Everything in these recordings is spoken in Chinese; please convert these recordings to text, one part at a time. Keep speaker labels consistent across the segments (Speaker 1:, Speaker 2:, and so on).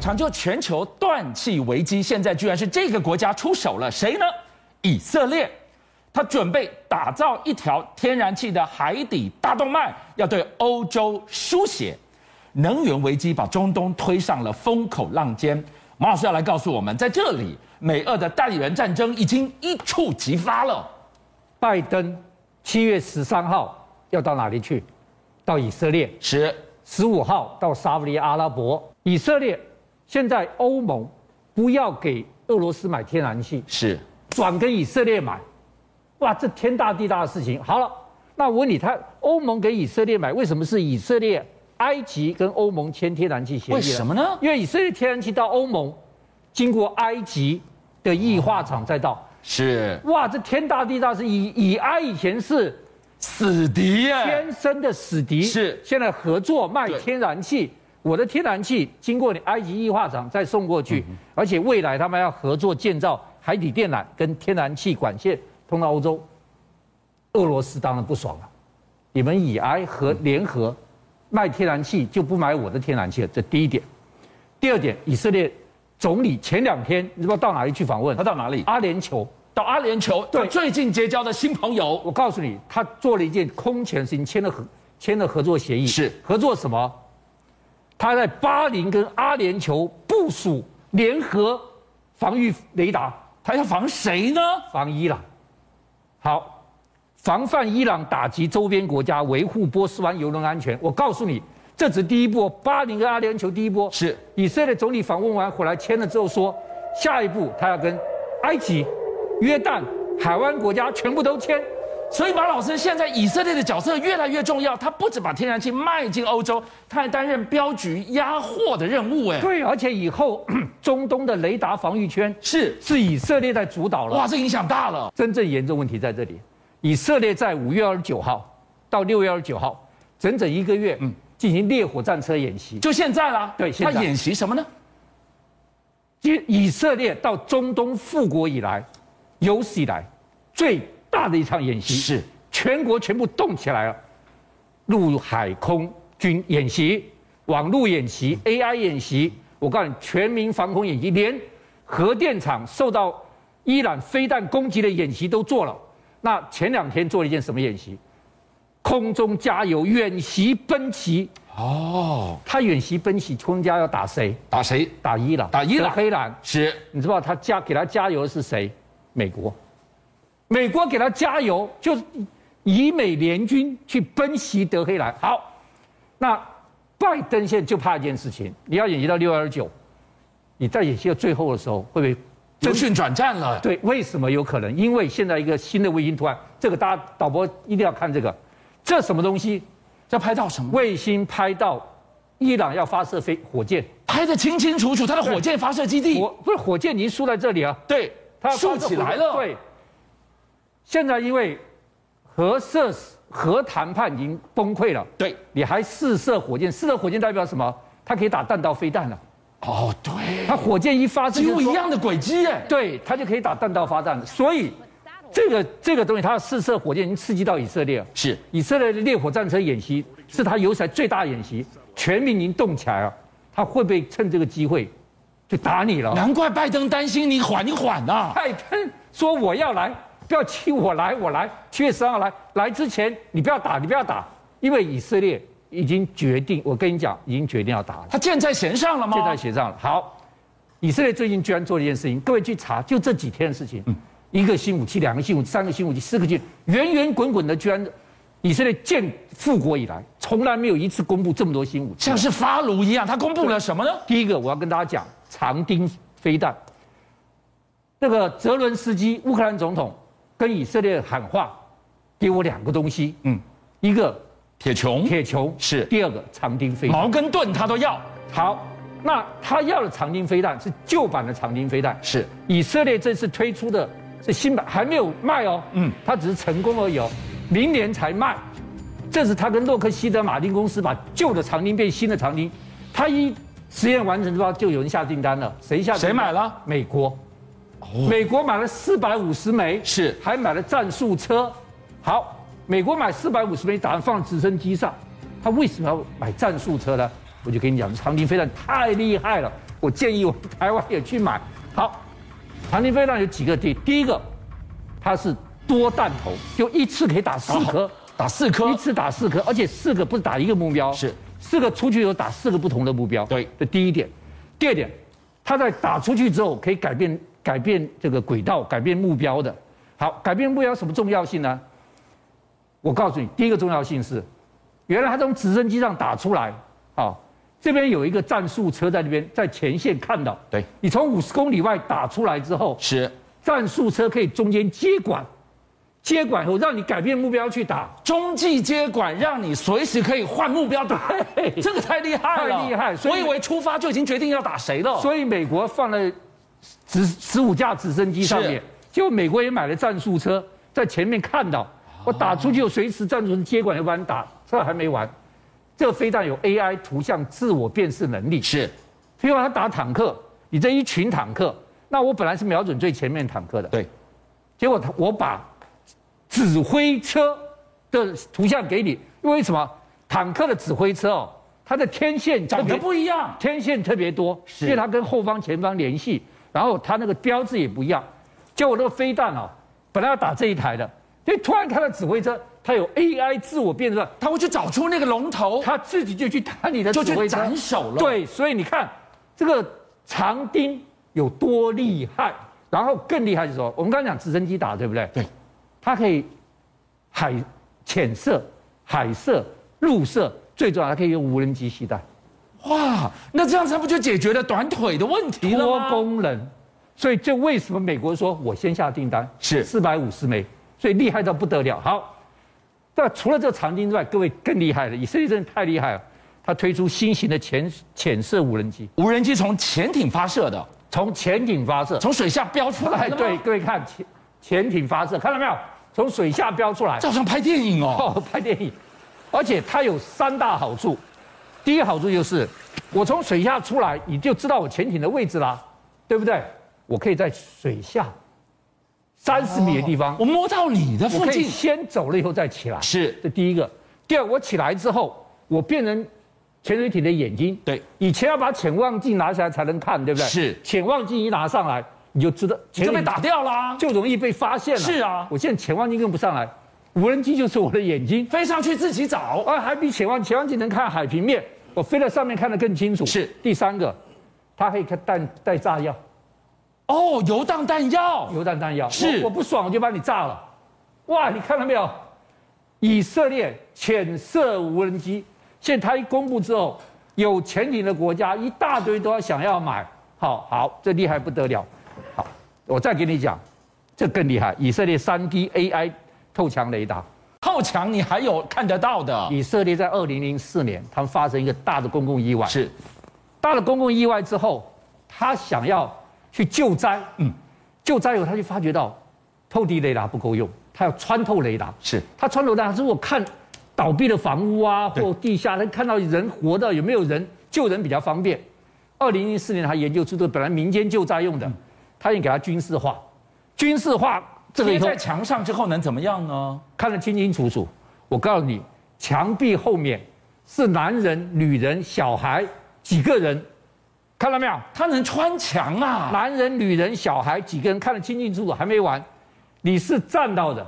Speaker 1: 抢救全球断气危机，现在居然是这个国家出手了，谁呢？以色列，他准备打造一条天然气的海底大动脉，要对欧洲输血。能源危机把中东推上了风口浪尖。马老师要来告诉我们，在这里，美俄的代理人战争已经一触即发了。
Speaker 2: 拜登七月十三号要到哪里去？到以色列。
Speaker 1: 是，
Speaker 2: 十五号到沙利阿拉伯。以色列现在欧盟不要给俄罗斯买天然气，
Speaker 1: 是，
Speaker 2: 转给以色列买。哇，这天大地大的事情。好了，那我问你，他欧盟给以色列买，为什么是以色列、埃及跟欧盟签天然气协议？
Speaker 1: 为什么呢？
Speaker 2: 因为以色列天然气到欧盟，经过埃及的液化厂再到。
Speaker 1: 是
Speaker 2: 哇，这天大地大是以以埃以前是
Speaker 1: 死敌耶。
Speaker 2: 天生的死敌，
Speaker 1: 哎是
Speaker 2: 现在合作卖
Speaker 1: 对
Speaker 2: 天然气。我的天然气经过你埃及液化厂再送过
Speaker 1: 嗯
Speaker 2: 去，而且未来他们要合作建造海底电缆跟天然气管线通到欧洲。俄罗斯当然不爽了，你们以埃和联
Speaker 1: 嗯
Speaker 2: 合卖天然气就不买我的天然气了，这第一点。第二点，以色列总理前两天你知道到哪里去访问
Speaker 1: 他？到哪里？
Speaker 2: 阿联酋。
Speaker 1: 到阿联酋，
Speaker 2: 对
Speaker 1: 他最近结交的新朋友
Speaker 2: 我告诉你，他做了一件空前的事情，签了合签了合作协议，
Speaker 1: 是
Speaker 2: 合作什么？他在巴林跟阿联酋部署联合防御雷达
Speaker 1: 他要防谁呢？
Speaker 2: 防伊朗，好，防范伊朗打击周边国家，维护波斯湾邮轮安全。我告诉你，这只是第一波，巴林跟阿联酋第一波
Speaker 1: 是
Speaker 2: 以色列总理访问完回来签了之后说，下一步他要跟埃及、约旦、海湾国家全部都签。
Speaker 1: 所以马老师现在以色列的角色越来越重要，他不止把天然气卖进欧洲，他还担任镖局压货的任务。哎，
Speaker 2: 对，而且以后 中东的雷达防御圈
Speaker 1: 是
Speaker 2: 是以色列在主导了。
Speaker 1: 哇，这影响大了。
Speaker 2: 真正严重问题在这里，以色列在五月二十九号到六月二十九号，整整一个月，进行烈火战车演习。
Speaker 1: 就现在啦，
Speaker 2: 对现
Speaker 1: 他
Speaker 2: 在
Speaker 1: 演习什么呢？
Speaker 2: 其实以色列到中东复国以来，有史以来最大的一场演习，
Speaker 1: 是
Speaker 2: 全国全部动起来了，陆海空军演习、网络演习、AI 演习，我告诉你，全民防空演习，连核电厂受到伊朗飞弹攻击的演习都做了。那前两天做了一件什么演习？空中加油远袭奔袭，
Speaker 1: 哦，
Speaker 2: 他远袭奔袭，空中加油打谁？
Speaker 1: 打谁？
Speaker 2: 打伊朗，
Speaker 1: 打伊朗
Speaker 2: 德黑兰。
Speaker 1: 是
Speaker 2: 你知道他加给他加油的是谁？美国，美国给他加油就是以美联军去奔袭德黑兰。好，那拜登现在就怕一件事情，你要演习到六二九，你在演习到最后的时候会不会
Speaker 1: 资讯转战了。
Speaker 2: 对，为什么有可能？因为现在一个新的卫星突然，这个大家导播一定要看这个，这什么东西？
Speaker 1: 这拍到什么？
Speaker 2: 卫星拍到伊朗要发射飞火箭，
Speaker 1: 拍得清清楚楚，他的火箭发射基地
Speaker 2: 火。不是火箭已经输在这里啊。
Speaker 1: 对，
Speaker 2: 它要
Speaker 1: 竖起来了。，
Speaker 2: 对，现在因为核设核谈判已经崩溃了，
Speaker 1: 对，
Speaker 2: 你还试射火箭，试射火箭代表什么？它可以打弹道飞弹了。
Speaker 1: 哦，对，
Speaker 2: 它火箭一发射
Speaker 1: 几乎
Speaker 2: 就
Speaker 1: 一
Speaker 2: 说，
Speaker 1: 样的轨迹哎。
Speaker 2: 对，它就可以打弹道发弹了。所以这个这个东西，它试射火箭已经刺激到以色列了。
Speaker 1: 是
Speaker 2: 以色列的烈火战车演习是他有史以来最大演习，全民已经动起来了。他会不会趁这个机会就打你了？
Speaker 1: 难怪拜登担心你缓一缓啊呐、
Speaker 2: 拜登说我要来，不要气我来，我来。七月十号来，来之前你不要打，你不要打，因为以色列已经决定，我跟你讲，已经决定要打了，
Speaker 1: 他箭在弦上了吗？
Speaker 2: 箭在弦上了。好，以色列最近居然做了一件事情，各位去查，就这几天的事情，一个新武器，两个新武器，三个新武器，四个新，源源滚滚的，居然以色列建复国以来，从来没有一次公布这么多新武器
Speaker 1: 像。是发炉一样，他公布了什么呢？
Speaker 2: 第一个我要跟大家讲长钉飞弹。那个泽伦斯基，乌克兰总统跟以色列喊话，给我两个东西，
Speaker 1: 嗯，
Speaker 2: 一个
Speaker 1: 铁穹、
Speaker 2: 铁穹
Speaker 1: 是
Speaker 2: 第二个长钉飞弹。
Speaker 1: 矛跟盾他都要，
Speaker 2: 好，那他要的长钉飞弹是旧版的长钉飞弹，
Speaker 1: 是
Speaker 2: 以色列这次推出的是新版，还没有卖哦，
Speaker 1: 嗯
Speaker 2: 嗯，它只是成功而已哦，明年才卖。这是他跟洛克希德马丁公司把旧的长钉变新的长钉，他一实验完成之后就有人下订单了，谁下？
Speaker 1: 谁买？哦了？
Speaker 2: 美国，美国买了四百五十枚，
Speaker 1: 是
Speaker 2: 还买了战术车。好，美国买四百五十枚，打算放直升机上。他为什么要买战术车呢？我就跟你讲，长钉飞弹太厉害了。我建议我们台湾也去买。好，长宁飞弹有几个地？第一个，它是多弹头，就一次可以打四颗，
Speaker 1: 哦打四颗
Speaker 2: 一次打四颗，而且四个不是打一个目标，
Speaker 1: 是
Speaker 2: 四个出去以后打四个不同的目标。
Speaker 1: 对
Speaker 2: 这第一点。第二点，它在打出去之后可以改变改变这个轨道，改变目标的。好，改变目标什么重要性呢？我告诉你，第一个重要性是，原来他从直升机上打出来，啊、这边有一个战术车在那边在前线看到，
Speaker 1: 对
Speaker 2: 你从五十公里外打出来之后，
Speaker 1: 是
Speaker 2: 战术车可以中间接管，接管以后让你改变目标去打，
Speaker 1: 中继接管，让你随时可以换目标打，
Speaker 2: 嘿
Speaker 1: 这个太厉害了，
Speaker 2: 太厉害所
Speaker 1: 我
Speaker 2: 以
Speaker 1: 以为出发就已经决定要打谁了，
Speaker 2: 所以美国放了直十五架直升机上面
Speaker 1: 是，
Speaker 2: 结果美国也买了战术车，在前面看到我打出去，有随时战术接管要把你打，这还没完，这个飞弹有 AI 图像自我辨识能力，
Speaker 1: 是
Speaker 2: 譬如他打坦克，你这一群坦克，那我本来是瞄准最前面坦克的，
Speaker 1: 对，
Speaker 2: 结果他我把指挥车的图像给你，因为什么？坦克的指挥车哦，它的天线
Speaker 1: 长得
Speaker 2: 特别
Speaker 1: 不一样，
Speaker 2: 天线特别多，因为它跟后方、前方联系，然后它那个标志也不一样。结果那个飞弹哦，本来要打这一台的，就突然看到指挥车，它有 AI 自我辨认，
Speaker 1: 他会去找出那个龙头，
Speaker 2: 它自己就去打你的
Speaker 1: 就
Speaker 2: 指
Speaker 1: 去
Speaker 2: 挥车，
Speaker 1: 斩首了。，
Speaker 2: 对，所以你看这个长钉有多厉害，然后更厉害是什么？我们刚刚讲直升机打对不对？
Speaker 1: 对，
Speaker 2: 它可以海潜射、海射、陆射，最重要它可以用无人机携带，
Speaker 1: 哇，那这样子他不就解决了短腿的问题了
Speaker 2: 多
Speaker 1: 吗？
Speaker 2: 功能。所以这为什么美国说我先下订单
Speaker 1: 是
Speaker 2: 四百五十枚，所以厉害到不得了。好，那除了这个长钉之外，各位更厉害了，以色列真的太厉害了，它推出新型的潜潜射无人机，
Speaker 1: 无人机从潜艇发射的，
Speaker 2: 从潜艇发射。
Speaker 1: 从水下飙出来
Speaker 2: 哎，
Speaker 1: 的，
Speaker 2: 对，，各位看潜潜艇发射，看到没有？从水下飙出来，
Speaker 1: 照常拍电影哦。
Speaker 2: 哦，拍电影。而且它有三大好处，第一个好处就是，我从水下出来，你就知道我潜艇的位置啦，对不对？我可以在水下三十米的地方，
Speaker 1: 我摸到你的
Speaker 2: 我
Speaker 1: 哦附
Speaker 2: 可
Speaker 1: 近，
Speaker 2: 以先走了以后再起来，
Speaker 1: 是
Speaker 2: 这第一个。第二，我起来之后，我变成潜水艇的眼睛，
Speaker 1: 对，
Speaker 2: 以前要把潜望镜拿下来才能看，对不对？
Speaker 1: 是
Speaker 2: 潜望镜一拿上来，你就知道
Speaker 1: 你
Speaker 2: 潜
Speaker 1: 就被
Speaker 2: 艇
Speaker 1: 打掉啊啦。
Speaker 2: 就容易被发现了。
Speaker 1: 是啊
Speaker 2: 我现在潜望镜用不上来，无人机就是我的眼睛，
Speaker 1: 飞上去自己找，
Speaker 2: 而哦还比潜望潜望镜能看海平面，我飞到上面看得更清楚。
Speaker 1: 是
Speaker 2: 第三个，它可以看弹带炸药，
Speaker 1: 哦，游荡弹药，
Speaker 2: 榴弹弹药。
Speaker 1: 是
Speaker 2: 我，我不爽我就把你炸了。哇，你看到没有？以色列潜射无人机，现在它一公布之后，有潜艇的国家一大堆都要想要买。好好，这厉害不得了。好，我再给你讲，这更厉害。以色列三 D AI 透强雷达，
Speaker 1: 后墙你还有看得到的，
Speaker 2: 以色列在二零零四年，他们发生一个大的公共意外。
Speaker 1: 是
Speaker 2: 大的公共意外之后，他想要去救灾，嗯，救灾以后他就发觉到透地雷达不够用，他要穿透雷达。
Speaker 1: 是
Speaker 2: 他穿透雷达如果看倒闭的房屋啊或地下，他看到人活的有没有人，救人比较方便。二零零四年他研究出这个本来民间救灾用的，他也给它军事化，军事化这个以
Speaker 1: 贴
Speaker 2: 后
Speaker 1: 在墙上之后能怎么样呢？
Speaker 2: 看得清清楚楚。我告诉你，墙壁后面是男人、女人、小孩几个人，看到没有？
Speaker 1: 它能穿墙啊，
Speaker 2: 男人、女人、小孩几个人看得清清楚楚，还没完。你是站到的，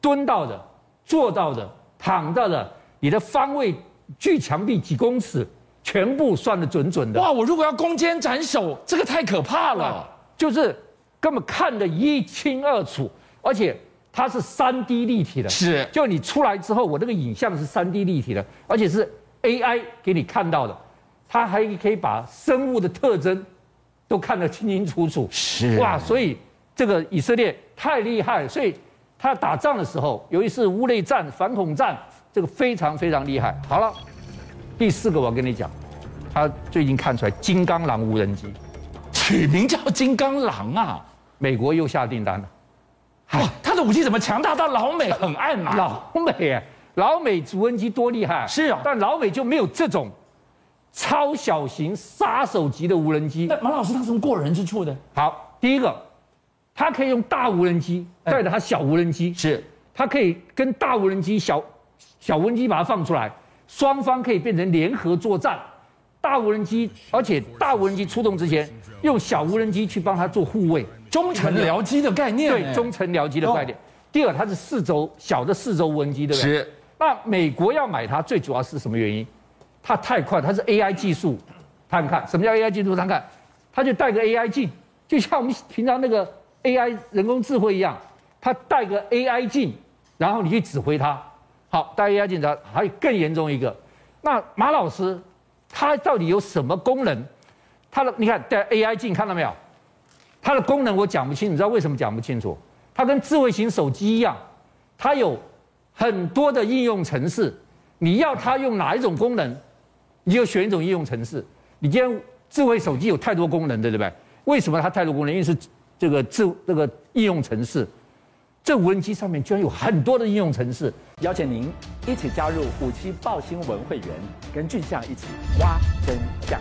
Speaker 2: 蹲到的，坐到的，躺到的，你的方位距墙壁几公尺，全部算得准准的。
Speaker 1: 哇，我如果要攻坚斩首，这个太可怕了。
Speaker 2: 就是根本看得一清二楚，而且它是三 D 立体的。
Speaker 1: 是
Speaker 2: 就你出来之后，我那个影像是三 D 立体的，而且是 AI 给你看到的，它还可以把生物的特征都看得清清楚楚。
Speaker 1: 是
Speaker 2: 哇，所以这个以色列太厉害了，所以他打仗的时候，由于是乌内战、反恐战，这个非常非常厉害。好了，第四个我要跟你讲，他最近看出来金刚狼无人机，
Speaker 1: 取名叫金刚狼啊，
Speaker 2: 美国又下订单了。
Speaker 1: 哇，它的武器怎么强大到哎老美很啊爱买？
Speaker 2: 老美哎，老美无人机多厉害！
Speaker 1: 是啊
Speaker 2: 但老美就没有这种超小型杀手级的无人机。
Speaker 1: 那马老师他什么过人之处呢？
Speaker 2: 好，第一个，它可以用大无人机
Speaker 1: 哎
Speaker 2: 带着它小无人机，
Speaker 1: 是
Speaker 2: 它可以跟大无人机、小小无人机把它放出来，双方可以变成联合作战。大无人机，而且大无人机出动之前，用小无人机去帮他做护卫，
Speaker 1: 中程僚机的概念，
Speaker 2: 对中程僚机的概念。第二，它是四轴小的四轴无人机，对不对？
Speaker 1: 是
Speaker 2: 那美国要买它，最主要是什么原因？它太快，它是 AI 技术探看。什么叫 AI 技术探看？它就带个 AI 镜，就像我们平常那个 AI 人工智慧一样，它带个 AI 镜，然后你去指挥它。好，带 AI 镜，然后还有更严重一个，那马老师他到底有什么功能？他的你看带 AI 镜看到没有？它的功能我讲不清，你知道为什么讲不清楚？它跟智慧型手机一样，它有很多的应用程式，你要它用哪一种功能，你就选一种应用程式。你今天智慧手机有太多功能的，对不对？为什么它太多功能？因为是这个智这个应用程式，这无人机上面居然有很多的应用程式。
Speaker 3: 邀请您一起加入五七报新闻会员，跟俊相一起挖真相。